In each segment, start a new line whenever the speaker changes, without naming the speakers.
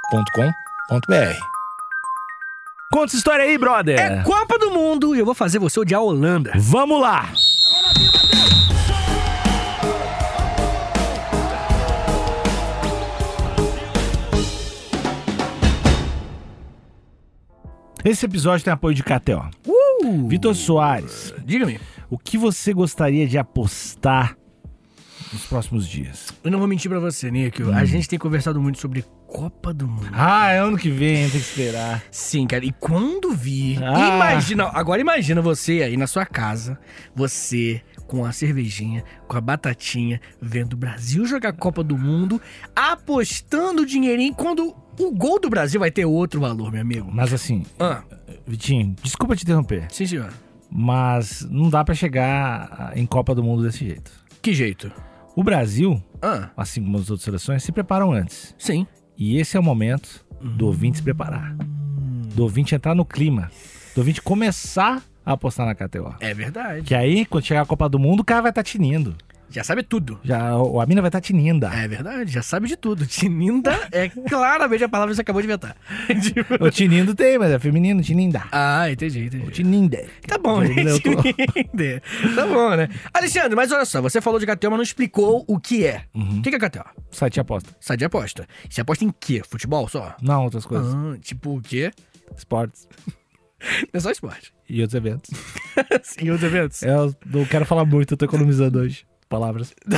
agenciadepodcast.com.br.
Conta essa história aí, brother.
É Copa do Mundo e eu vou fazer você odiar a Holanda.
Vamos lá.
Esse episódio tem apoio de KTO. Vitor Soares,
Diga-me.
o que você gostaria de apostar nos próximos dias?
Eu não vou mentir pra você, Nico. A gente tem conversado muito sobre Copa do Mundo.
Ah, é ano que vem, tem que esperar.
Sim, cara. E quando vi.
Ah.
Imagina. Agora imagina você aí na sua casa, você com a cervejinha, com a batatinha, vendo o Brasil jogar Copa do Mundo, apostando dinheirinho quando o gol do Brasil vai ter outro valor, meu amigo.
Mas assim,
Ah,
Vitinho, desculpa te interromper,
sim, senhor.
mas não dá pra chegar ah, em Copa do Mundo desse jeito.
Que jeito?
O Brasil,
Ah,
assim como as outras seleções, se preparam antes.
sim.
E esse é o momento do ouvinte se preparar. Do ouvinte entrar no clima. Do ouvinte começar a apostar na KTO.
É verdade.
Que aí, quando chegar a Copa do Mundo, o cara vai estar tinindo.
Já sabe tudo.
Já, ou a mina vai tá estar tininda.
É verdade, já sabe de tudo. Tininda é claramente a palavra que você acabou de inventar. Tipo-
O tinindo tem, mas é feminino, tininda.
Ah, entendi, entendi.
Tininda.
Tá bom,
Eu
gente.
tô-
Tininda. Tá bom, né? Alexandre, mas olha só, você falou de KTO, mas não explicou o que é.
Uhum.
O que que é KTO?
Site de aposta.
Sai de aposta. Você aposta em quê? Futebol só?
Não, outras coisas.
Ah, tipo o quê?
Esportes
É só esporte.
e outros eventos.
Sim, os eventos.
Eu não quero falar muito, eu tô economizando hoje. Palavras.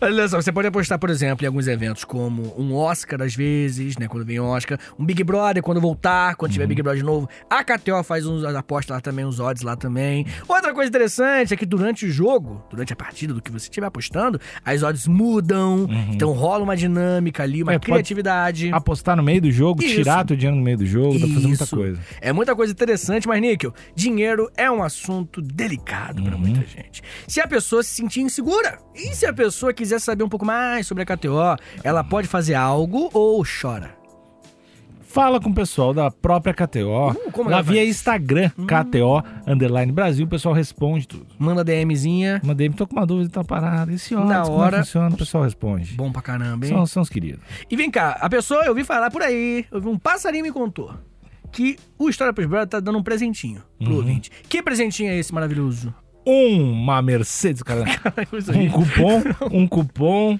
Olha só, você pode apostar, por exemplo, em alguns eventos como um Oscar, às vezes, né? Quando vem Oscar, um Big Brother, quando voltar, quando
Uhum.
tiver Big Brother de novo. A KTO faz uns apostas lá também, uns odds lá também. Outra coisa interessante é que durante o jogo, durante a partida do que você estiver apostando, as odds mudam, então rola uma dinâmica ali, uma
Uhum. É, pode-
criatividade.
Apostar no meio do jogo,
Isso.
tirar teu dinheiro no meio do jogo, dá pra fazer muita
Isso.
coisa.
É muita coisa interessante, mas, Níquel, dinheiro é um assunto delicado
Uhum.
pra muita gente. Se a pessoa se sentir insegura e se a pessoa quiser saber um pouco mais sobre a KTO, ela pode fazer algo ou chora?
Fala com o pessoal da própria KTO.
Uh, como
lá
ela
via
faz? Hum.
Instagram, KTO, underline Brasil, o pessoal responde tudo.
Manda DMzinha,
Mandei, tô com uma dúvida, tá parada. Esse
Na
ódio, como é que
hora-
funciona, o pessoal responde.
bom pra caramba, hein?
São, são os queridos.
E vem cá, a pessoa, eu vi falar por aí, eu vi um passarinho me contou que o História Pros Brothers tá dando um presentinho
Uhum.
pro ouvinte. Que presentinho é esse maravilhoso?
Uma Mercedes, cara. Um cupom, um cupom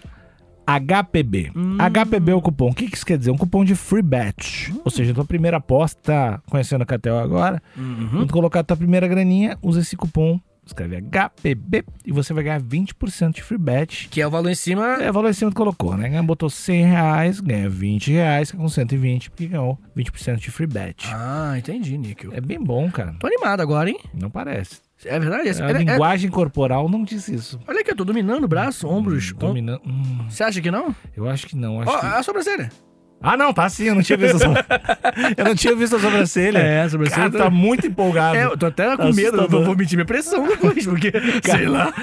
HPB.
Hum.
HPB é o cupom. O que que isso quer dizer? Um cupom de free bet.
Hum.
Ou seja, tua primeira aposta, conhecendo a KTO agora,
Hum? Uhum.
quando tu colocar tua primeira graninha, usa esse cupom, escreve HPB e você vai ganhar 20% de free bet.
Que é o valor em cima
É o valor em cima que tu colocou, né? Ganha- Botou 100 reais, ganha 20 reais, fica com 120, porque ganhou 20% de free bet.
Ah, entendi, Níquel.
É bem bom, cara.
Tô animado agora, hein?
Não parece.
É verdade?
A
Era- é-
linguagem corporal não diz isso.
Olha aqui, eu tô dominando o braço, ombros. om-
Dominando. Hum,
Você acha que não?
eu acho que não. Acho
Ó, é
que...
a sobrancelha.
Ah, não, tá sim, eu não tinha visto a sobrancelha. eu não tinha visto a sobrancelha.
É, a sobrancelha
Cara,
tá-
tá muito empolgado.
É, eu tô até com
Tá
medo, eu
assustador.
vou medir minha pressão depois, porque, sei lá.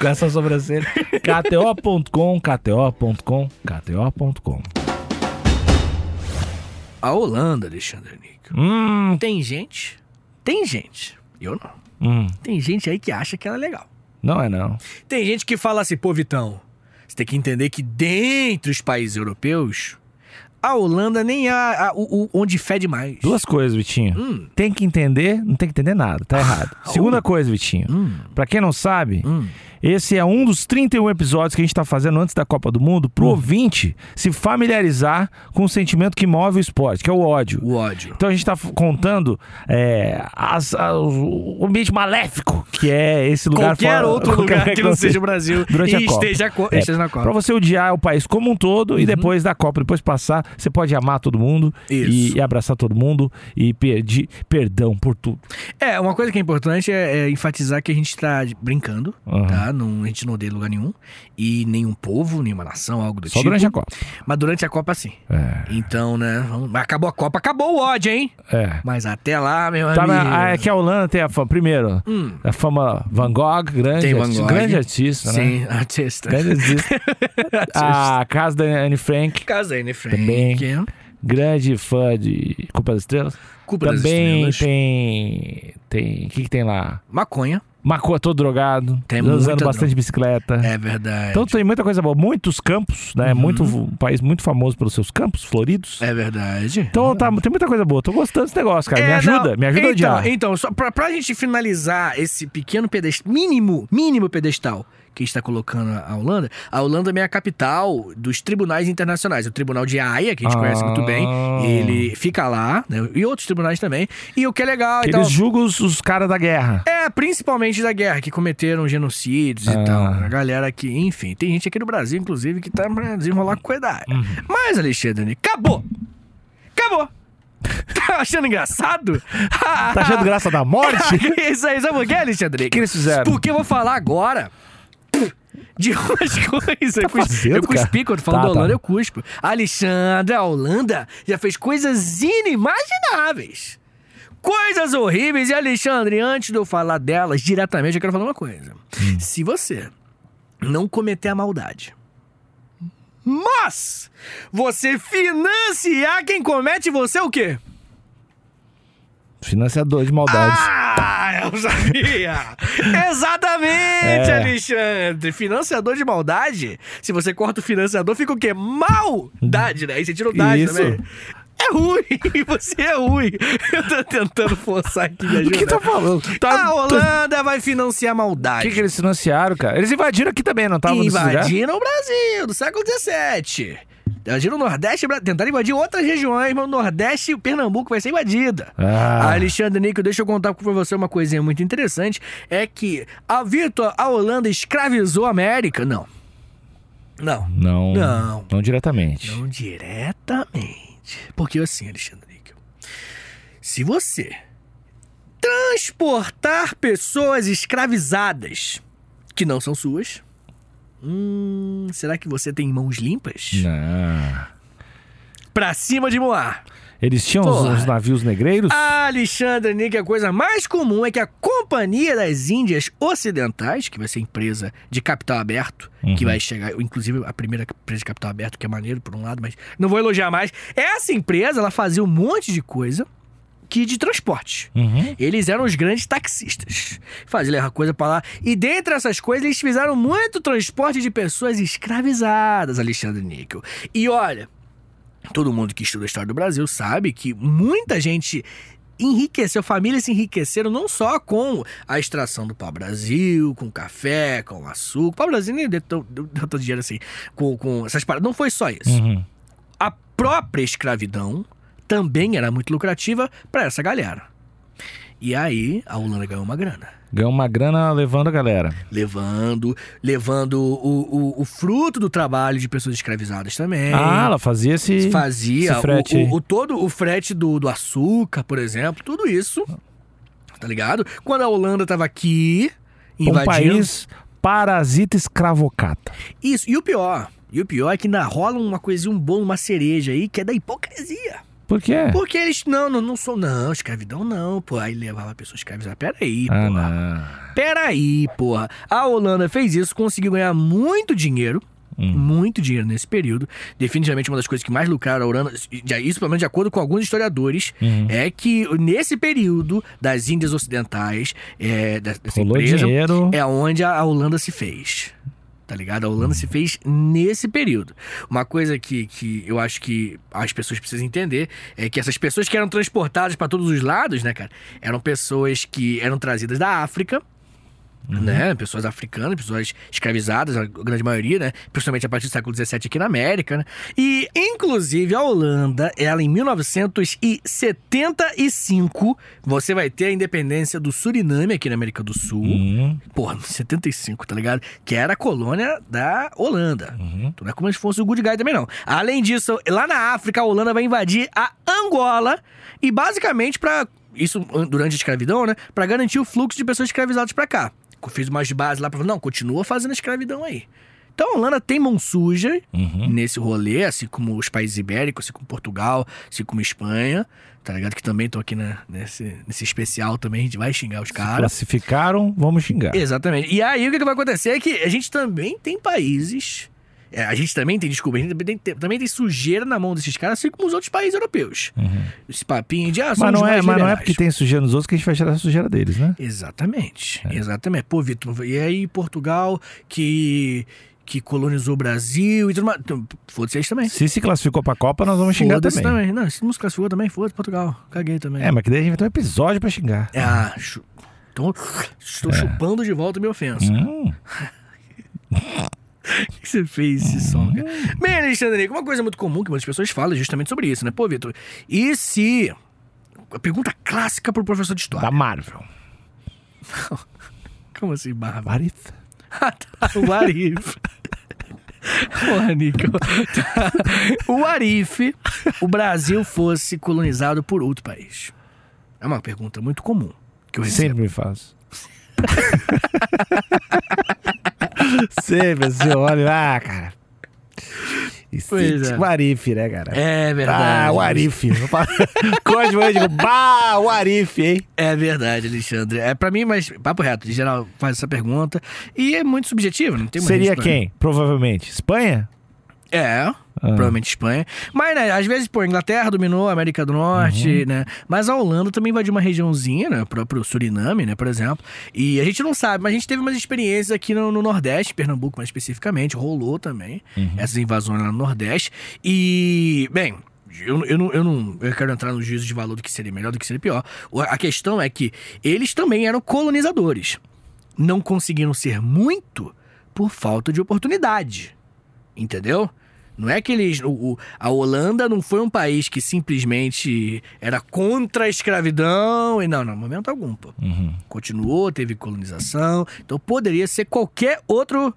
Com essa sobrancelha. KTO.com, KTO.com, KTO.com.
A Holanda, Alexandre Nico.
Hum,
Tem gente, tem gente, eu não.
hum.
Tem gente aí que acha que ela é legal.
Não é não.
Tem gente que fala assim, pô, Vitão, você tem que entender que dentre os países europeus, a Holanda nem é a- a- o, o- onde fede mais.
Duas coisas, Vitinho.
Hum.
Tem que entender, não tem que entender nada, tá errado. Segunda coisa, Vitinho.
Hum.
Pra quem não sabe,
Hum.
esse é um dos 31 episódios que a gente tá fazendo antes da Copa do Mundo
Uhum.
pro ouvinte se familiarizar com o sentimento que move o esporte, que é o ódio.
O ódio.
Então a gente tá f- contando é, as- as- o ambiente maléfico que é esse lugar
Qualquer
fora-
outro
qualquer
lugar que não seja o Brasil
durante
e
a Copa.
esteja, co-
É,
esteja na Copa.
Pra você odiar o país como um todo
Uhum.
e depois da Copa, depois passar, você pode amar todo mundo e,
Isso.
e abraçar todo mundo e pedir perdão por tudo.
É, uma coisa que é importante é, é enfatizar que a gente tá de- brincando,
Aham.
tá? Não, a gente não odeia lugar nenhum. E nenhum povo, nenhuma nação, algo do
Só
tipo.
durante a Copa.
Mas durante a Copa, sim.
É.
Então, né? vamos- mas Acabou a Copa, acabou o ódio, hein?
é.
Mas até lá, meu
Tá, mas,
amigo.
ah, é que a Holanda tem a fama. Primeiro,
Hum.
a fama Van Gogh, grande,
Tem Van
artista-
Gogh.
grande artista, né?
Sim, artista.
Grande artista. a casa da Anne Frank,
Casei, né, Frank?
Também. grande fã de Culpa das Estrelas.
Culpa das
Também
Estrelas.
tem. Tem. O que, que tem lá?
Maconha.
Macua todo drogado.
Tem
usando
muita
bastante bicicleta.
É verdade.
Então tem muita coisa boa. Muitos campos, né?
Uhum.
Muito, um país muito famoso pelos seus campos floridos.
É verdade.
Então tá, tem muita coisa boa. Tô gostando desse negócio, cara. me
É,
ajuda,
não,
me ajuda a
então,
odiar.
Então, só pra, pra gente finalizar esse pequeno pedestal, mínimo, mínimo pedestal que está colocando a a Holanda, a Holanda é a capital dos tribunais internacionais. O Tribunal de Haia, que a gente
Ah.
conhece muito bem, ele fica lá, né, e outros tribunais também. E o que é legal,
Que
então...
Eles julgam os, os caras da guerra.
É, principalmente da guerra, que cometeram genocídios
Ah.
e tal. A galera que, enfim, tem gente aqui no Brasil, inclusive, que tá pra desenrolar com a idade.
Uhum.
Mas, Alexandre, acabou! Acabou! Tá achando engraçado?
Tá achando graça da morte? O
Isso aí, sabe por quê, Alexandre?
que eles fizeram?
Porque eu vou falar agora de umas coisas. eu,
Tá
cus-
fazendo,
eu cuspi quando falo
Tá,
da Holanda,
tá.
eu cuspo. A Alexandra, a Holanda, já fez coisas inimagináveis. Coisas horríveis. E, Alexandre, antes de eu falar delas diretamente, eu quero falar uma coisa.
Hum.
Se você não cometer a maldade, mas você financiar quem comete você é o quê?
Financiador de maldades.
Ah, eu sabia! Exatamente,
É.
Alexandre! Financiador de maldade, se você corta o financiador, fica o quê? Maldade, né? Aí você tira o dade
Isso.
também. É ruim, você é ruim. Eu tô tentando forçar aqui, me ajuda.
o que tá falando?
A
Tá- tá-
Holanda vai financiar a
O
maldade.
que, que eles financiaram, cara? Eles invadiram aqui também, não estavam nesse lugar?
Invadiram o Brasil, do século XVII. Invadiram o Nordeste, Bra- tentaram invadir outras regiões, mas o Nordeste e Pernambuco vai ser invadida.
Ah.
A Alexandre Níquel, deixa eu contar pra você uma coisinha muito interessante. É que a Vitor, a Holanda escravizou a América? Não. Não.
Não,
Não.
não diretamente.
Não diretamente. Porque assim, Alexandre Níquel, se você transportar pessoas escravizadas que não são suas, hum, será que você tem mãos limpas?
Não.
Pra cima de Moar.
Eles tinham os,
Porra. Ah.
os navios negreiros?
A Alexandra Nick, a coisa mais comum é que a Companhia das Índias Ocidentais, que vai ser empresa de capital aberto, que vai chegar, inclusive a primeira empresa de capital aberto, que é maneiro por um lado, mas não vou elogiar mais. Essa empresa, ela fazia um monte de coisa que de transporte.
Uhum.
Eles eram os grandes taxistas. Faziam coisa pra lá. E dentre essas coisas, eles fizeram muito transporte de pessoas escravizadas, Alexandre Níquel. E olha, todo mundo que estuda a história do Brasil sabe que muita gente enriqueceu, famílias se enriqueceram não só com a extração do pau-brasil, com café, com açúcar. O pau-brasil nem deu tão- deu tanto dinheiro assim, com, com essas paradas. Não foi só isso
Uhum.
a própria escravidão também era muito lucrativa para essa galera. E aí a Holanda ganhou uma grana.
Ganhou uma grana levando a galera.
Levando, levando o, o, o fruto do trabalho de pessoas escravizadas também.
Ah, ela fazia esse...
Fazia
esse frete
o-
aí.
o, o todo o frete do, do açúcar, por exemplo, tudo isso. Tá ligado? Quando a Holanda tava aqui, invadindo.
um país parasita escravocata.
Isso, e o pior. E o pior é que ainda rola uma coisinha, um bolo, uma cereja aí, que é da hipocrisia.
Por quê?
Porque eles, não, não, não sou, não, escravidão não, pô. Aí levava a pessoa escravizada. Peraí,
Ah,
porra.
não.
Peraí, porra. A Holanda fez isso, conseguiu ganhar muito dinheiro.
Hum.
Muito dinheiro nesse período. Definitivamente uma das coisas que mais lucraram a Holanda, já- isso pelo menos de acordo com alguns historiadores,
Uhum.
é que nesse período das Índias Ocidentais, é, da- dessa
Rolou
empresa,
dinheiro.
é onde a Holanda se fez. Tá ligado? A Holanda se fez nesse período. Uma coisa que, que eu acho que as pessoas precisam entender é que essas pessoas que eram transportadas para todos os lados, né, cara? Eram pessoas que eram trazidas da África, né? Pessoas africanas, pessoas escravizadas, a grande maioria, né? Principalmente a partir do século XVII aqui na América, né? E, inclusive, a Holanda, ela em 1975, você vai ter a independência do Suriname aqui na América do Sul.
Hum.
Porra, no 75, tá ligado? Que era a colônia da Holanda.
Uhum.
Então não é como se fosse o Good Guy também, não. Além disso, lá na África, a Holanda vai invadir a Angola e basicamente pra. Isso an- durante a escravidão, né? Pra garantir o fluxo de pessoas escravizadas pra cá. Eu Fiz umas bases lá pra falar, não, continua fazendo a escravidão aí. Então a Holanda tem mão suja
Uhum.
nesse rolê, assim como os países ibéricos, assim como Portugal, assim como Espanha, tá ligado? Que também estão aqui né, nesse, nesse especial também, a gente vai xingar os caras.
Classificaram, vamos xingar.
Exatamente. E aí o que que vai acontecer é que a gente também tem países É, a gente também tem, desculpa, a gente também tem, também tem sujeira na mão desses caras, assim como os outros países europeus. Esse papinho de ah,
Uhum. Mas,
somos
não é,
mais
mas não é
liberais.
porque tem sujeira nos outros que a gente vai tirar a sujeira deles, né?
Exatamente,
É.
exatamente. Pô, Vitor, e aí Portugal que, que colonizou o Brasil e tudo mais. Então, Foda-se eles também.
Se se classificou pra Copa, nós vamos xingar
Foda-se
também.
Não, se não se classificou também, foda-se Portugal. Caguei também.
É, mas que daí a gente vai ter um episódio pra xingar.
Ah, chu- então,
É.
estou chupando de volta minha ofensa.
Hum.
O que você fez esse som, cara?
Hum.
Bem, Alexandre, uma coisa muito comum que muitas pessoas falam é justamente sobre isso, né? Pô, Vitor, e se... A pergunta clássica pro professor de história.
Da Marvel.
Como assim, barba?
What if?
Ah, tá, o Arif. Porra, Nico. Tá. O Arif, o Brasil fosse colonizado por outro país. É uma pergunta muito comum que eu recebo.
Sempre me faço. Sempre, assim, eu olho, ah, cara. E se-
Pois é.
O Arif, né, cara?
É verdade.
Ah, o Arif. Eu falo- Acordo de manhã e digo, bah, o Arif, hein?
É verdade, Alexandre. É pra mim, mas papo reto, de geral faz essa pergunta. E é muito subjetivo, não tem uma
Seria
resposta.
quem? Provavelmente. Espanha?
É, provavelmente Espanha. Mas, né, às vezes, pô, a Inglaterra dominou a América do Norte, né? Mas a Holanda também vai de uma regiãozinha, né? O próprio Suriname, né, por exemplo. E a gente não sabe, mas a gente teve umas experiências aqui no, no Nordeste, Pernambuco mais especificamente, rolou também essas invasões lá no Nordeste. E, bem. Eu, eu, não, eu não eu quero entrar no juízo de valor do que seria melhor, do que seria pior. O- A questão é que eles também eram colonizadores. Não conseguiram ser muito por falta de oportunidade. Entendeu? Não é que eles. o- o- a Holanda não foi um país que simplesmente era contra a escravidão. E não, não, momento algum. Pô. Continuou, teve colonização. Então poderia ser qualquer outro.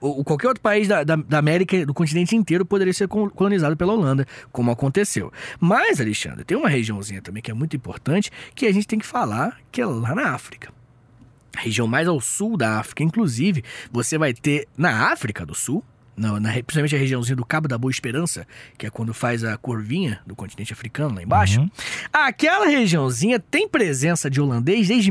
o- Qualquer outro país da, da- da América, do continente inteiro, poderia ser col- colonizado pela Holanda, como aconteceu. Mas, Alexandre, tem uma regiãozinha também que é muito importante que a gente tem que falar, que é lá na África a região mais ao sul da África. Inclusive, você vai ter na África do Sul, na, na, re- principalmente a regiãozinha do Cabo da Boa Esperança, que é quando faz a curvinha do continente africano lá embaixo. Aquela regiãozinha tem presença de holandês desde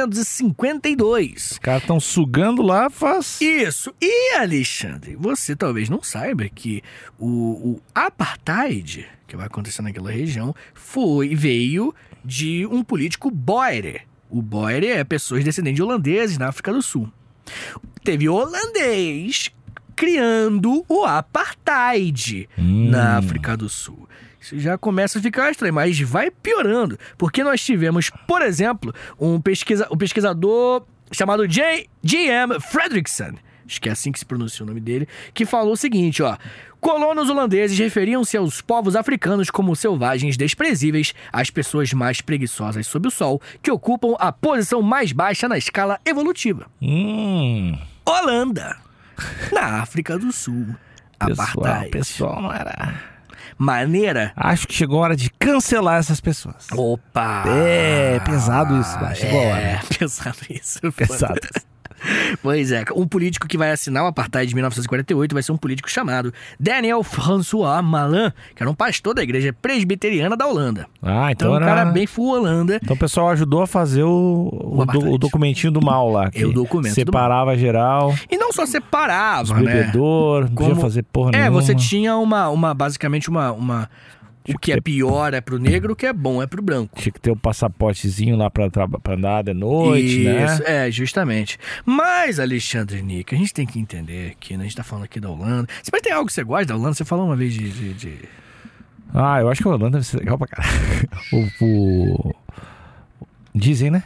1652.
Os caras estão sugando lá, faz.
Isso. E, Alexandre, você talvez não saiba que o, o apartheid que vai acontecer naquela região foi veio de um político boere. O boere é pessoas descendentes de holandeses na África do Sul. Teve holandês criando o apartheid
Hum.
na África do Sul. Isso já começa a ficar estranho, mas vai piorando. Porque nós tivemos, por exemplo, um, pesquisa, um pesquisador chamado J. G.M. Fredrickson, acho que é assim que se pronuncia o nome dele, que falou o seguinte, ó. Colonos holandeses referiam-se aos povos africanos como selvagens desprezíveis, as pessoas mais preguiçosas sob o sol, que ocupam a posição mais baixa na escala evolutiva.
Hum.
Holanda, na África do Sul.
Pessoal,
Apartheid.
pessoal, não era.
Maneira
Acho que chegou a hora de cancelar essas pessoas.
Opa!
É, pesado isso, mas chegou a
É, pesado isso.
Pesado.
Pois é, um político que vai assinar o apartheid de 1948 vai ser um político chamado Daniel François Malin, que era um pastor da igreja presbiteriana da Holanda.
Ah,
Então,
então,
um
era...
cara bem full Holanda.
Então o pessoal ajudou a fazer o, o do-
apartheid.
o documentinho do mal lá. que
É, o documento do
Separava geral,
E não só
os
separava, né?
bebedor, não podia
Como-
fazer porra
É,
nenhuma.
você tinha uma, uma basicamente uma, uma... O
Tipo,
que é
ter-
pior é pro negro, o que é bom é pro branco.
Tinha que ter o passaportezinho lá pra, traba- pra andar de noite,
Isso,
né?
é, justamente. Mas, Alexandre Nick, a gente tem que entender que né, a gente tá falando aqui da Holanda. Se mas tem algo que você gosta da Holanda, você falou uma vez de. de- de-
Ah, eu acho que o Holanda deve ser legal pra caralho. O, o- Dizem, né?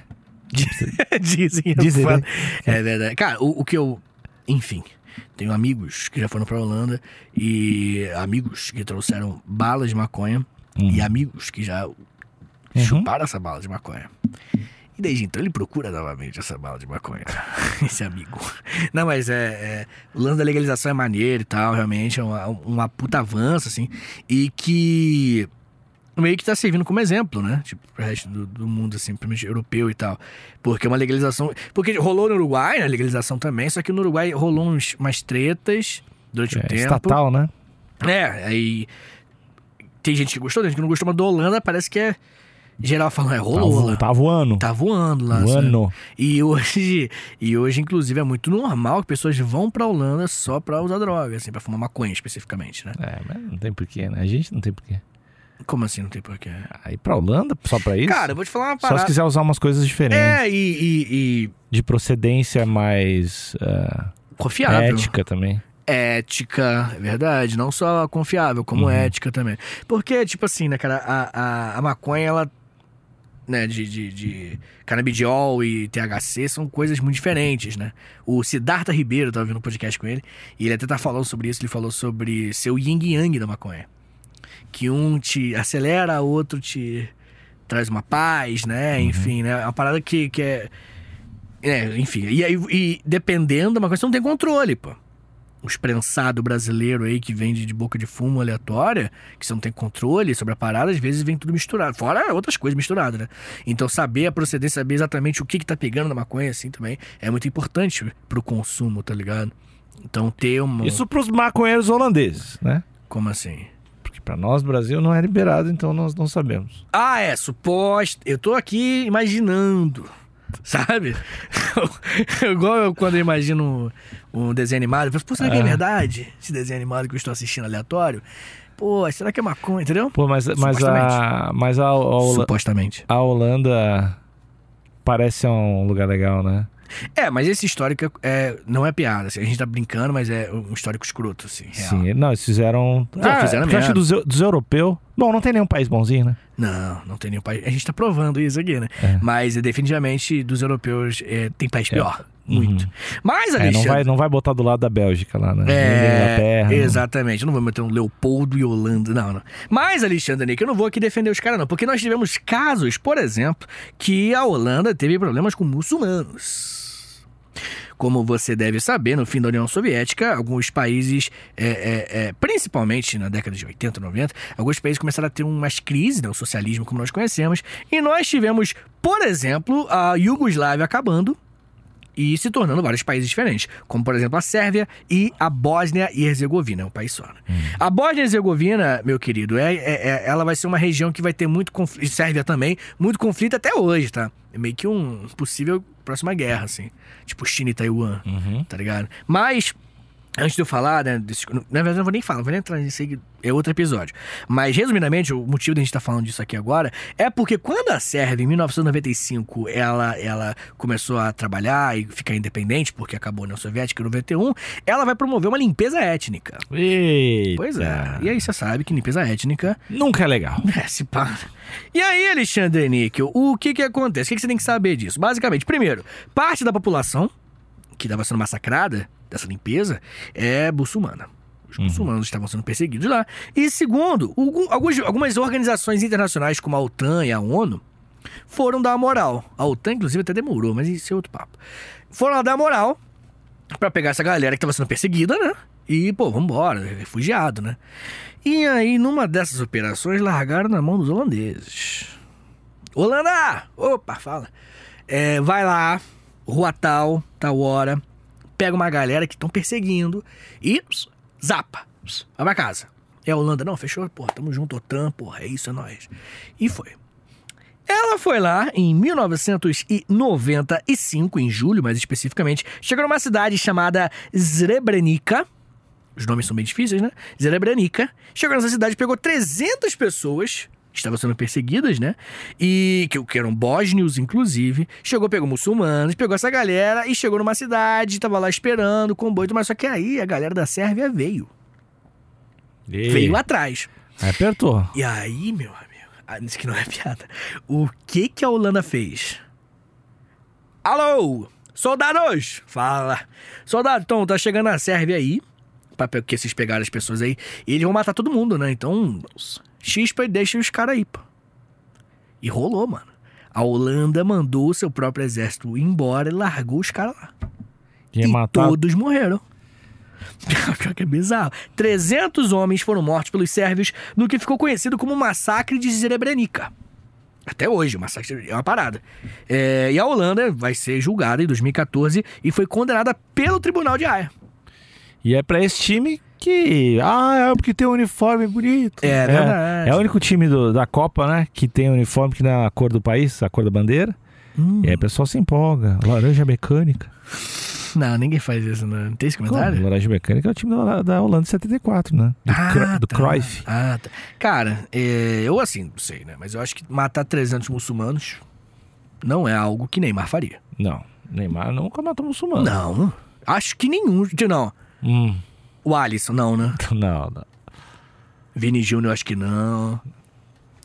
Dizem, é
Dizem,
foda.
né?
É verdade. Cara, o, o que eu. Enfim, tenho amigos que já foram pra Holanda e amigos que trouxeram balas de maconha
Hum.
e amigos que já
Uhum.
chuparam essa bala de maconha. E desde então ele procura novamente essa bala de maconha. Esse amigo. Não, mas é, é, O lance da legalização é maneiro e tal, realmente. É uma, uma puta avança, assim. E que. Meio que tá servindo como exemplo, né? Tipo, pro resto do, do mundo, assim, principalmente europeu e tal. Porque é uma legalização. Porque rolou no Uruguai, né? Legalização também, só que no Uruguai rolou uns, umas tretas durante o
É,
tempo.
estatal, né?
É, aí. Tem gente que gostou, tem gente que não gostou, mas do Holanda parece que é. Geral falando, é,
Tá,
rolou
vo-
lá.
tá voando.
Tá voando lá. sabe?
voando.
E hoje, e hoje, inclusive, é muito normal que pessoas vão pra Holanda só pra usar droga, assim, pra fumar maconha especificamente, né?
É, mas não tem porquê, né? A gente não tem porquê.
Como assim não tem porquê?
Aí pra Holanda, só pra isso?
Cara, eu vou te falar uma
só se
parada.
quiser usar umas coisas diferentes.
É, e, e- e
De procedência mais ah,
confiável.
ética também.
Ética, é verdade. Não só confiável, como ética também. Porque, tipo assim, né, cara, a, a, a maconha, ela. Né, de, de, de canabidiol e THC são coisas muito diferentes, né? O Siddhartha Ribeiro, eu tava ouvindo um podcast com ele, e ele até tá falando sobre isso, ele falou sobre ser o yin e yang da maconha. Que um te acelera, o outro te traz uma paz, né? Enfim, né? É Uma parada que, que é... é. Enfim, e aí, e dependendo da maconha, você não tem controle, pô. Os prensado brasileiro aí que vende de boca de fumo aleatória, que você não tem controle sobre a parada, às vezes vem tudo misturado. Fora outras coisas misturadas, né? Então saber a procedência, saber exatamente o que, que tá pegando na maconha, assim, também, é muito importante pro consumo, tá ligado? Então ter uma.
Isso pros maconheiros holandeses, né?
Como assim?
Porque pra nós, Brasil, não é liberado, então nós não sabemos.
Ah, é, suposto. Eu tô aqui imaginando. Sabe? Igual eu quando eu imagino um desenho animado, eu falo, pô,
Ah.
será que é verdade? Esse desenho animado que eu estou assistindo aleatório? Pô, será que é maconha, entendeu?
Pô, mas, mas, a, mas a, a, Hola-
Supostamente.
a Holanda parece um lugar legal, né?
É, mas esse histórico é- é, não é piada. assim, a gente tá brincando, mas é um histórico escroto, assim. Real.
Sim, não, eles fizeram. um
fizeram
porque Ah, eu acho que
merda.
dos, eu- dos europeus. Bom, não tem nenhum país bonzinho, né?
Não, não tem nenhum país. A gente tá provando isso aqui, né?
É.
Mas é, definitivamente dos europeus é, tem país pior. Muito. Mas,
É, não,
Alexandre.
vai, não vai botar do lado da Bélgica lá, né?
Tá É,
Nem da Inglaterra.
exatamente. Eu não vou meter um Leopoldo e Holanda, não, não. Mas, Alexandre Nick, eu não vou aqui defender os caras, não. Porque nós tivemos casos, por exemplo, que a Holanda teve problemas com muçulmanos. Como você deve saber, no fim da União Soviética, alguns países, é, é, é, principalmente na década de 80, 90, alguns países começaram a ter umas crises, né, o socialismo como nós conhecemos. E nós tivemos, por exemplo, a Iugoslávia acabando e se tornando vários países diferentes, como por exemplo a Sérvia e a Bósnia e Herzegovina, é um país só. né? A Bósnia e Herzegovina, meu querido, é, é- é- ela vai ser uma região que vai ter muito conflito, e Sérvia também, muito conflito até hoje, tá? É meio que um possível próxima guerra, assim, tipo China e Taiwan,
Uhum.
tá ligado? Mas Antes de eu falar, né? desse- na verdade, eu não vou nem falar, não vou nem entrar nisso aí, é outro episódio. Mas, resumidamente, o motivo da gente estar falando disso aqui agora é porque quando a Sérvia, em 1995, ela, ela começou a trabalhar e ficar independente, porque acabou a União Soviética em 91, ela vai promover uma limpeza étnica.
Eita.
Pois é. E aí você sabe que limpeza étnica
Nunca é legal.
é, se pá. E aí, Alexandre Níquel, o que que acontece? O que, que você tem que saber disso? Basicamente, primeiro, parte da população que estava sendo massacrada dessa limpeza é muçulmana. Os muçulmanos estavam sendo perseguidos lá. E segundo, algum- alguns- algumas organizações internacionais como a OTAN e a ONU foram dar moral. A OTAN, inclusive, até demorou, mas isso é outro papo. Foram lá dar moral Pra pegar essa galera que tava sendo perseguida, né? E, pô, vambora, refugiado, né? E aí, numa dessas operações, largaram na mão dos holandeses. Holanda! Opa, fala. É, vai lá, rua tal, tal hora, pega uma galera que estão perseguindo e ps, zapa. ps, Vai pra casa. É a Holanda, não, fechou? Porra, tamo junto, OTAN, porra, é isso, é nóis. E foi. Ela foi lá em 1995, em julho mais especificamente, chegou numa cidade chamada Srebrenica. Os nomes são bem difíceis, né? Srebrenica. Chegou nessa cidade, pegou 300 pessoas que estavam sendo perseguidas, né? E que, que eram bósnios, inclusive. Chegou, pegou muçulmanos, pegou essa galera e chegou numa cidade, tava lá esperando o comboio, mas só que aí a galera da Sérvia veio.
E...
Veio atrás.
Aí Apertou.
E aí, meu amigo, ah, isso que não é piada. O que que a Holanda fez? Alô, soldados! Fala. Soldado, então, tá chegando a Sérvia aí, pra pe- que vocês pegaram as pessoas aí, e eles vão matar todo mundo, né? Então, chispa e deixa os caras aí, pô. E rolou, mano. A Holanda mandou o seu próprio exército embora e largou os caras lá.
Ia
E
matar.
todos morreram. Pior que é bizarro. 300 homens foram mortos pelos sérvios no que ficou conhecido como Massacre de Srebrenica. Até hoje, o massacre é uma parada. É, e a Holanda vai ser julgada em 2014 e foi condenada pelo Tribunal de Haia.
E é pra esse time que. Ah, é porque tem um uniforme bonito.
É verdade.
É, o único time do- da Copa, né? Que tem um uniforme que na cor do país, a cor da bandeira.
Hum.
E aí o pessoal se empolga. Laranja mecânica.
Não, ninguém faz isso, né? Não tem esse comentário?
Como? Laranja mecânica é o time da, Hola- da Holanda de 74, né? Do,
Ah,
Cro- do
tá.
Cruyff.
Ah, tá. Cara, é, eu assim, não sei, né? Mas eu acho que matar 300 muçulmanos não é algo que Neymar faria.
Não. Neymar nunca matou muçulmano.
Não. Acho que nenhum. Não.
Hum,
O Alisson, não, né?
não, não.
Vini Júnior, acho que não.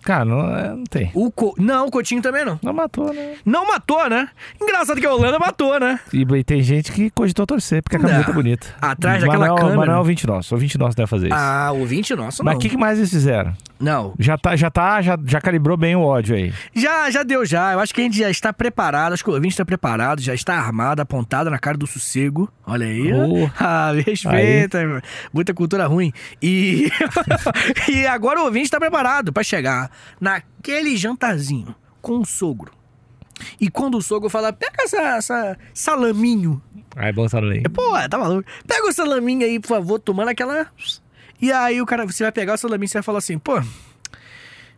Cara, não, é, não tem.
O Co... Não, o Coutinho também não.
Não matou, né?
Não matou, né? Engraçado que a Holanda matou, né?
E e tem gente que cogitou torcer, porque a camiseta
Não.
é bonita.
Atrás daquela
Manoel-
câmera.
Manoel é ouvinte nosso. Ouvinte nosso deve fazer isso.
Ah, o 20, nossa,
Mas
não.
o que, que mais eles fizeram?
Não.
Já tá, já tá, já, já calibrou bem o ódio aí.
Já, já deu, já. Eu acho que a gente já está preparado. Acho que o ouvinte está preparado, já está armado, apontado na cara do sossego. Olha aí.
Oh.
Ah, me respeita, irmão. muita cultura ruim. E, e agora o ouvinte está preparado para chegar naquele jantarzinho com o sogro. E quando o sogro fala, pega essa, essa salaminho.
Aí Bolsonaro aí.
Pô, tá maluco? Pega o salaminho aí, por favor, tomando aquela. E aí o cara, você vai pegar o salaminho e você vai falar assim, pô.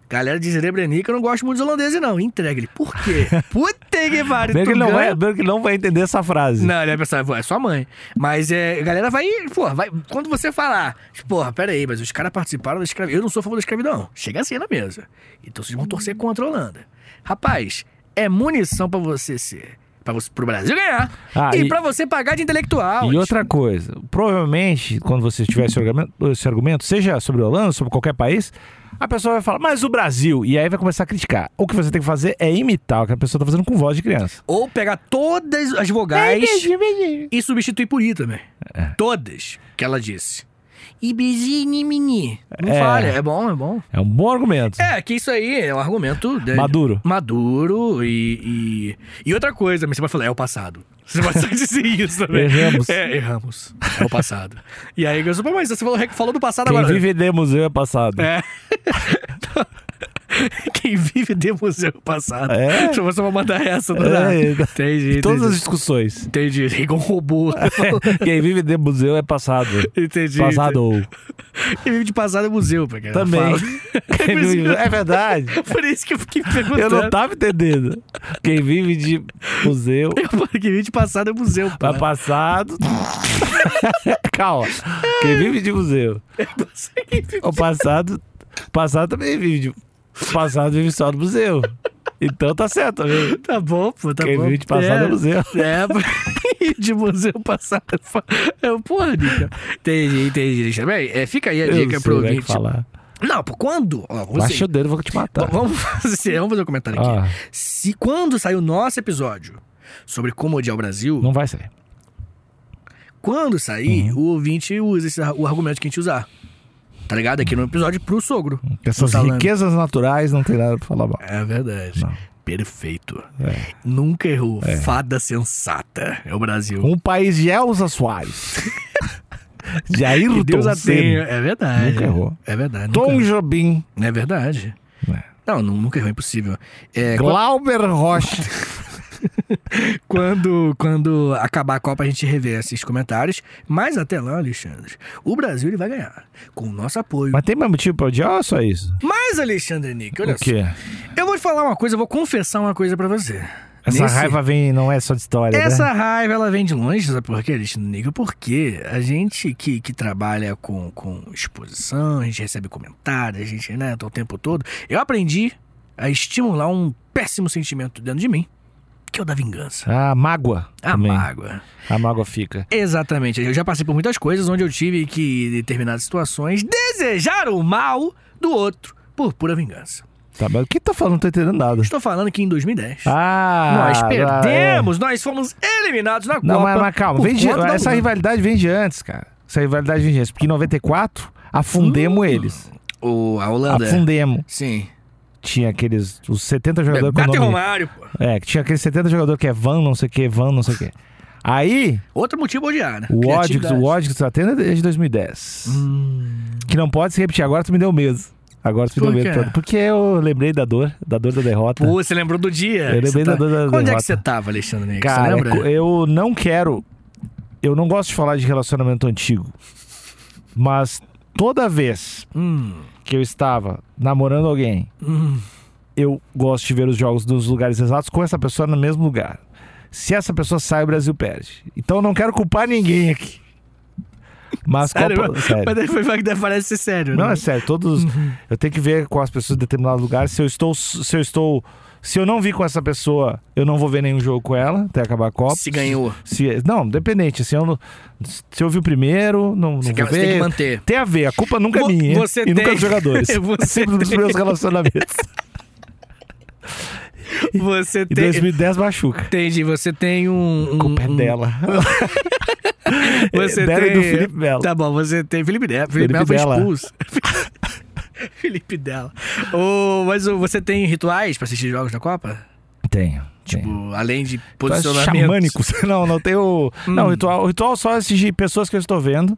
Galera de Srebrenica, eu não gosto muito dos holandeses, não. Entrega ele. Por quê? Puta que
Primeiro que,
pariu. tu
ele não vai,
ganha-
primeiro que ele não vai entender essa frase.
Não, ele vai pensar, "Pô, é sua mãe. Mas é, a galera vai, pô, vai. Quando você falar, porra, pera aí, mas os caras participaram da escravidão. Eu não sou a favor da escravidão. Chega assim na mesa. Então vocês vão torcer contra a Holanda. Rapaz, é munição pra você ser. Pra você, pro Brasil ganhar.
Ah,
e,
e-
pra você pagar de intelectual.
E outra coisa, provavelmente, quando você tiver esse argumento, esse argumento, seja sobre a Holanda, sobre qualquer país, a pessoa vai falar, mas o Brasil, e aí vai começar a criticar. O que você tem que fazer é imitar o que a pessoa tá fazendo com voz de criança.
Ou pegar todas as vogais e substituir por i também.
É.
Todas que ela disse. Ibizinimini. Não
É.
falha, é bom, é bom.
É um bom argumento.
É, que isso aí é um argumento... de-
Maduro.
Maduro e, e... e outra coisa, mas você vai falar, é o passado. Você vai só dizer isso também.
Erramos.
É, erramos. É o passado. e aí, eu sou, "Pô, mas você falou, falou do passado
Quem
agora.
vive de museu é passado.
É. Quem vive de museu é o passado.
É?
Deixa eu só vou mandar essa. do
É,
nada.
é.
Entendi,
Todas
entendi.
as discussões.
Entendi, igual um robô.
Quem vive de museu é passado.
Entendi.
Passado ou.
Quem vive de passado é museu, pra quem não
Também.
fala.
Quem vive- É verdade.
Por isso que eu fiquei perguntando.
Eu não tava entendendo. Quem vive de museu
Eu falei que vive de passado é museu, pô.
vai Tá passado. Calma. Quem vive de museu. O passado. Passado também vive de. Passado vive só do museu. Então tá certo também.
Tá bom, pô, tá
Quem
bom.
vive de passado é museu.
É, pô. de museu passado. É, porra, Nica. Entendi, entendi. Alexandre. Bem, é, fica aí a
Eu
dica
não sei
pro
o que é que
ouvinte.
falar.
Não, pô, quando? Ó, você-
Baixa o dedo, eu vou te matar.
Vamos fazer, vamos fazer um comentário aqui.
Ah,
Se quando sair o nosso episódio sobre como odiar o Brasil,
não vai sair.
Quando sair,
Uhum.
o ouvinte usa esse, ar- o argumento que a gente usar. Tá ligado? Aqui no episódio pro sogro.
Essas
Salame.
riquezas naturais não tem nada pra falar mal.
É verdade.
Não.
Perfeito.
É.
Nunca errou. Fada sensata. É o Brasil.
Um país de Elza Soares. de
Que
Ayrton
Deus a
Senna.
tenha. É verdade.
Nunca errou.
É verdade. nunca
Tom
errou.
Jobim.
É verdade.
É.
Não, nu- nunca errou. Impossível. É,
Glauber Rocha.
quando, quando acabar a Copa, a gente revê esses comentários. Mas até lá, Alexandre, o Brasil ele vai ganhar. Com o nosso apoio.
Mas tem mais motivo pra odiar ou é só isso?
Mas, Alexandre Nick, olha
o quê?
só. Eu vou te falar uma coisa, eu vou confessar uma coisa pra você.
Essa
Nesse-
raiva vem, não é só de história, né?
Essa raiva, ela vem de longe, sabe por quê, Alexandre Nico? Porque a gente que, que trabalha com, com exposição, a gente recebe comentários, a gente, né, tá o tempo todo. Eu aprendi a estimular um péssimo sentimento dentro de mim, que é o da vingança.
Ah, A mágoa
A
também.
mágoa.
A mágoa fica.
Exatamente. Eu já passei por muitas coisas onde eu tive que, em determinadas situações, desejar o mal do outro por pura vingança.
Tá, mas o que tá falando? Não tô entendendo nada.
Estou falando que em 2010...
Ah!
Nós
ah,
perdemos, nós fomos eliminados na
é. Não,
Copa.
mas, mas calma.
por
Vem de,
conta da
essa
mudança.
rivalidade vem de antes, cara. Essa rivalidade vem de antes. Porque em 94, afundemos
Hum.
eles.
O, a Holanda.
Afundemos.
Sim.
Tinha aqueles... Os 70 jogadores com
Bate
nome...
É, Romário, pô.
É, que tinha aqueles 70 jogadores que é Van, não sei o que, Van, não sei o que. Aí,
Outro motivo odiar, né?
o ódio, que-
Criatividade. Hum.
o ódio que você tá tendo é desde 2010. Que não pode se repetir. Agora tu me deu medo. Agora tu me
Por
deu medo.
quê?
todo. Porque eu lembrei da dor, da dor da derrota.
Pô, você lembrou do
Tá.
dia?
Eu
que
lembrei
você
da- da- da
Onde é
derrota.
que você tava, Alexandre? Negro?
Cara, é
você lembra?
eu não quero. Eu não gosto de falar de relacionamento antigo. Mas toda vez
Hum.
que eu estava namorando alguém, eu gosto de ver os jogos nos lugares exatos com essa pessoa no mesmo lugar. Se essa pessoa sai, o Brasil perde. Então eu não quero culpar ninguém aqui. Mas
Sério,
Copa-
mas,
sério.
mas daí foi- deve- parece ser sério.
Não,
né?
é sério, todos. Eu tenho que ver com as pessoas em determinado lugar. Se eu estou. Se eu estou. Se eu não vi com essa pessoa, eu não vou ver nenhum jogo com ela até acabar a Copa.
se ganhou.
Se, não, dependente. Se eu, não- se eu vi o primeiro, não, não
Você,
vou
quer- você tem
ver.
que manter.
Tem a ver, a culpa nunca é
Vo-
minha.
você
e nunca
tem-
dos jogadores. É
Você
Sempre dos
tem-
meus relacionamentos.
Você
E
tem.
2010 machuca.
Entendi, você tem um. um
A culpa é
um-
dela.
Você
dela
tem...
e É, do Felipe Melo.
Tá bom, você tem. Felipe Dela.
Felipe
Felipe, Melo foi
Della.
expulso. Felipe Dela. Ô, mas ô, você tem rituais pra assistir jogos da Copa?
Tenho. tenho.
Tipo, além de
Rituais
posicionamento.
Xamânicos. Não, não tem o. Não, o ritual, o ritual só é exigir pessoas que eu estou vendo.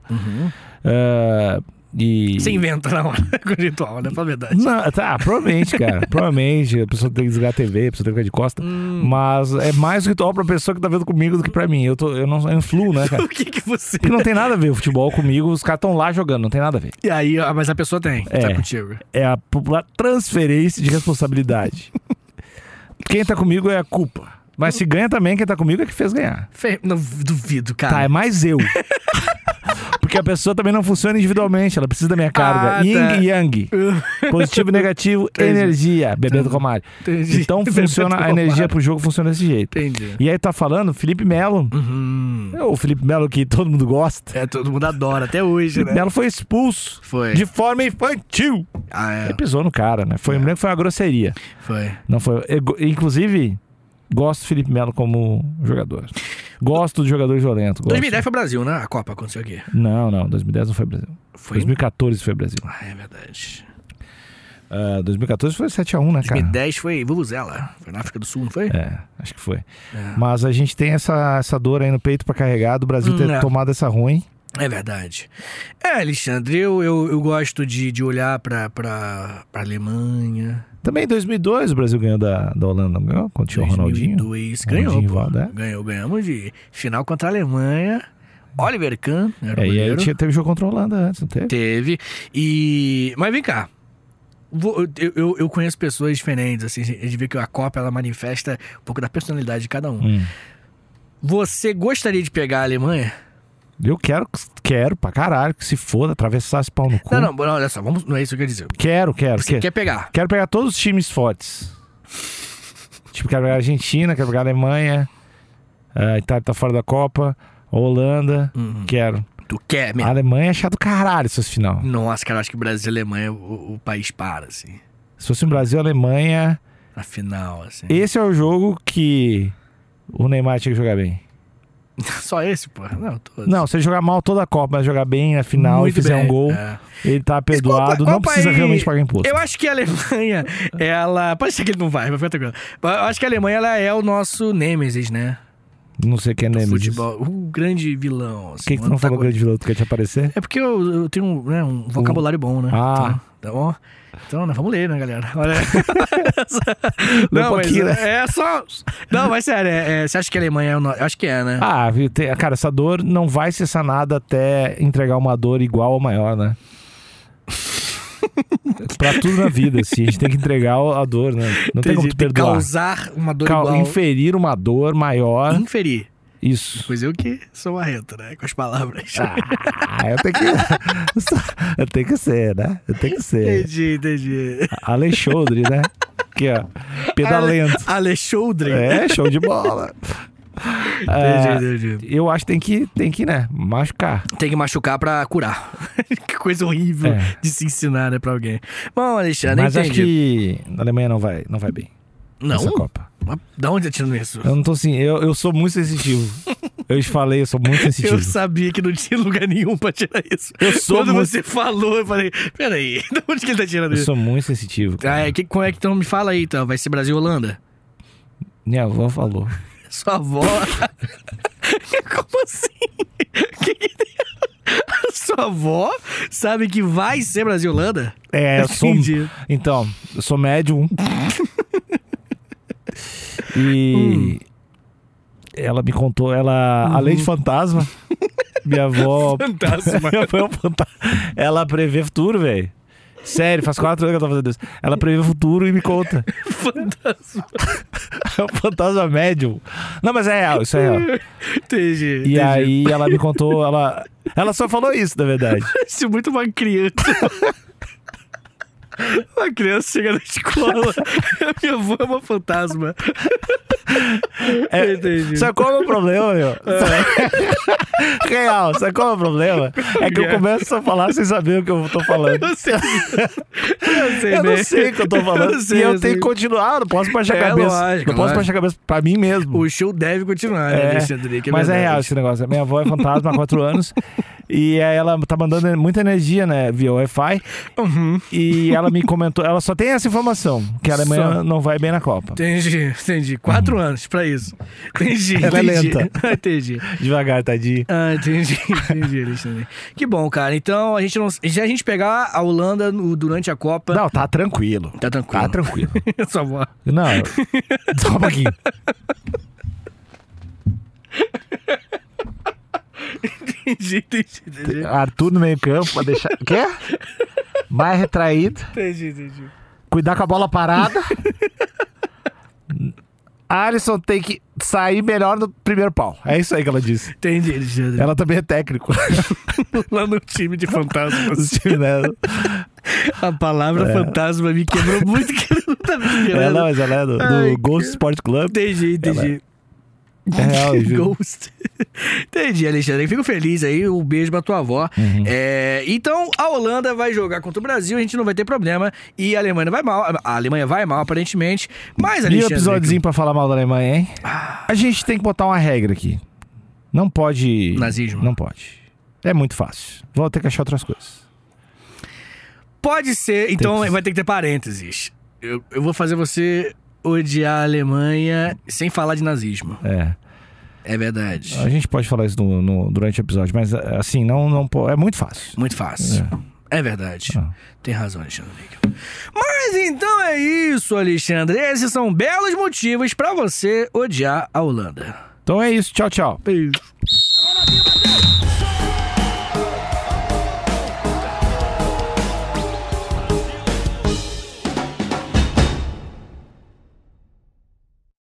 Ah, e.
Você inventa na hora com ritual, né? Fala a verdade.
Não, tá, provavelmente, cara. provavelmente. A pessoa tem que desligar a TV, a pessoa tem que ficar de costa. Mas é mais ritual pra pessoa que tá vendo comigo do que pra mim. Eu, tô, eu não eu influo, né, cara?
O que que você.
Porque não tem nada a ver o futebol comigo, os caras estão lá jogando, não tem nada a ver.
E aí, ó, mas a pessoa tem. que Tá
É.
contigo.
É a popular transferência de responsabilidade. quem tá comigo é a culpa. Mas se ganha também, quem tá comigo é que fez ganhar.
Fe- Não duvido,
Tá, é
cara.
mais eu. Porque a pessoa também não funciona individualmente, ela precisa da minha carga.
Ah,
Yin
tá.
e Yang. Positivo e negativo,
Entendi.
energia. Bebeto Romário.
Entendi.
Então funciona, a energia pro jogo funciona desse jeito.
Entendi.
E aí tá falando, Felipe Melo.
Uhum.
É O Felipe Melo que todo mundo gosta.
É, todo mundo adora, até hoje,
Felipe
né?
Melo foi expulso
Foi.
de forma infantil.
Ah, é.
Ele pisou no cara, né? Foi, eu me lembro que foi uma grosseria.
Foi.
Não foi. eu go- inclusive, gosto do Felipe Melo como jogador. Gosto de jogadores violentos. gosto.
2010 foi o Brasil, né? A Copa aconteceu aqui.
Não, não. 2010 não foi Brasil.
Foi.
2014 foi Brasil.
Ah, é verdade.
Ah, 2014 foi 7x1, né, cara?
2010 foi Vuvuzela. Foi na África do Sul, não foi?
É, acho que foi.
É.
Mas a gente tem essa, essa dor aí no peito pra carregar, do Brasil ter
Hum, é.
tomado essa ruim.
É verdade. É, Alexandre, eu, eu, eu gosto de, de olhar pra, pra, pra Alemanha.
Também em 2002 o Brasil ganhou da, da Holanda, não ganhou? Quando tinha o Ronaldinho.
2002.
Ronaldinho
Ganhou, pô.
Rivaldo, é?
Ganhou, ganhamos de final contra a Alemanha. Oliver Kahn né, era o
É, e aí
goleiro.
tinha, teve jogo contra a Holanda antes, não teve?
Teve. E. Mas vem cá. Vou- eu, eu, eu conheço pessoas diferentes, assim, a gente vê que a Copa ela manifesta um pouco da personalidade de cada um.
Hum.
Você gostaria de pegar a Alemanha?
Eu quero, quero pra caralho que se foda, atravessar esse pau no cu.
Não, não, não, olha só, vamos, não é isso que eu quero dizer.
Quero, quero.
Você
que-
quer pegar?
Quero pegar todos os times fortes. tipo, quero pegar a Argentina, quero pegar a Alemanha, a Itália tá fora da Copa, a Holanda,
Uhum.
quero.
Tu quer
A
mesmo?
Alemanha é chato caralho essas final.
Nossa, cara, acho que Brasil e Alemanha, é o, o país para, assim.
Se fosse um Brasil e Alemanha,
Na final, assim.
esse é o jogo que o Neymar tinha que jogar bem.
Só esse, pô? Não, todos.
Não, se ele jogar mal toda a Copa, mas jogar bem na final e
Muito
fizer
bem,
um gol,
é.
ele tá
Mas qual
perdoado,
pa-
não
qual
precisa
país-
realmente pagar imposto.
Eu acho que a Alemanha, ela. Pode ser que ele não vai, mas fica tranquilo. Mas Eu acho que a Alemanha, ela é o nosso Nemesis, né?
Não sei quem é
Do
Nemes.
futebol. O grande vilão.
O
assim,
que, que tu não falou
antagonista.
grande vilão? Tu quer te aparecer?
É porque eu, eu tenho né, um vocabulário bom, né?
Ah.
Então, Tá bom? Então, né, vamos ler, né, galera? Olha.
um
não, mas
pouquinho, né?
é só. Não, mas sério, é- é, você acha que a Alemanha é o nosso. Eu acho que é, né?
Ah, viu, tem- cara, essa dor não vai ser sanada até entregar uma dor igual ou maior, né? pra tudo na vida, assim, a gente tem que entregar o- a dor, né? Não tem como
Entendi.
tu
Tem que
perdoar.
causar uma dor
Cau-
igual. Hum?
Inferir uma dor maior,
Inferir.
isso.
Pois eu que sou marreta, né? Com as palavras.
Ah, eu tenho que. eu tenho que ser, né? Eu tenho que ser.
entendi, entendi.
Alexandre, né? Aqui, ó. Pedalento.
Alexandre.
É, show de bola. Ah,
Entendi, entendi.
eu acho que tem que, tem que, né? Machucar.
Tem que machucar pra curar. que coisa horrível
É.
de se ensinar, né, pra alguém. Bom, Alexandre,
Mas acho
entendi.
que a Alemanha não vai, não vai bem. Nessa
Não?
Copa.
Mas Da onde eu tirando isso?
Eu não tô assim, eu, eu sou muito sensitivo. eu te falei, eu sou muito sensitivo.
Eu sabia que não tinha lugar nenhum pra tirar isso.
Eu sou
Quando
muito-
você falou, eu falei, peraí, de onde que ele tá tirando
Eu
isso?
sou muito sensitivo.
Ah,
Cara.
é, que, como é que então me fala aí, então? Vai ser Brasil e Holanda?
Minha avó falou.
Sua avó. como assim? Que que tem? Sua avó sabe que vai ser Brasil e Holanda?
É, eu sou.
Entendi.
Então, eu sou médium.
Hum.
e. Ela me contou, ela. Além de fantasma. Minha avó.
Uhum. Fantasma.
Foi um fantasma. Ela prevê futuro, velho. Sério, faz quatro anos que eu tô fazendo isso. Ela prevê o futuro e me conta.
Fantasma.
É um fantasma médium. Não, mas é real, isso é real.
Entendi.
E
entendi.
aí ela me contou, ela. Ela só falou isso, na verdade.
Parece muito uma criança. Uma criança chega na escola. A minha avó é uma fantasma.
É,
Entendi.
Sabe qual é o meu problema, meu? Real, sabe qual é o problema? É que eu começo a falar sem saber o que eu tô falando.
Eu sei. Eu sei,
Eu
bem.
não sei o que eu tô falando.
Eu sei,
e eu,
eu
tenho
sei.
que continuar, não posso baixar a
É,
cabeça.
lógico,
não posso
lógico.
baixar a cabeça pra mim mesmo.
O show deve continuar, né,
É,
Alexandre? Que
mas é
verdade.
real esse negócio. Minha avó é fantasma há quatro anos. E aí ela tá mandando muita energia, né? Via Wi-Fi.
Uhum.
E ela me comentou, ela só tem essa informação: que a Alemanha
Só.
não vai bem na Copa.
Entendi, entendi. Quatro anos pra isso. Entendi.
Uhum. Ela é
entendi.
lenta.
Entendi.
Devagar, tadinho.
Ah, entendi, entendi, Alexandre. Que bom, cara. Então, a gente não. Se a gente pegar a Holanda no- durante a Copa.
Não, tá tranquilo.
Tá tranquilo.
Tá tranquilo.
Sua avó.
Não, só um pouquinho.
Entendi, entendi, entendi.
Arthur no meio-campo, pra deixar. Quê? Mais retraído.
Entendi, entendi.
Cuidar com a bola parada. Alisson tem que sair melhor no primeiro pau. É isso aí que ela disse.
Entendi, Alexandre.
Ela também é técnico.
Lá no time de fantasmas. A palavra fantasma me quebrou muito, que eu não tava
É. Ela,
esperando.
mas ela é do, do
Ai,
Ghost Sport Club.
Entendi, entendi.
É real, viu?
Ghost. Entendi, Alexandre. Fico feliz aí. Um beijo pra tua avó.
Uhum.
É, então, a Holanda vai jogar contra o Brasil. A gente não vai ter problema. E a Alemanha vai mal. A Alemanha vai mal, aparentemente.
E
Mas,
um
Alexandre...
episódiozinho pra falar mal da Alemanha, hein? A gente tem que botar uma regra aqui. Não pode.
Nazismo.
Não pode. É muito fácil. Vou ter que achar outras coisas.
Pode ser. Então,
que-
vai ter que ter parênteses. Eu, eu vou fazer você odiar a Alemanha sem falar de nazismo.
É.
É verdade.
A gente pode falar isso no- no- durante o episódio, mas assim, não, não po- é muito fácil.
Muito fácil. É, verdade.
Ah.
Tem razão, Alexandre Níquel. Mas então é isso, Alexandre. Esses são belos motivos pra você odiar a Holanda.
Então é isso, tchau, tchau.
Beijo.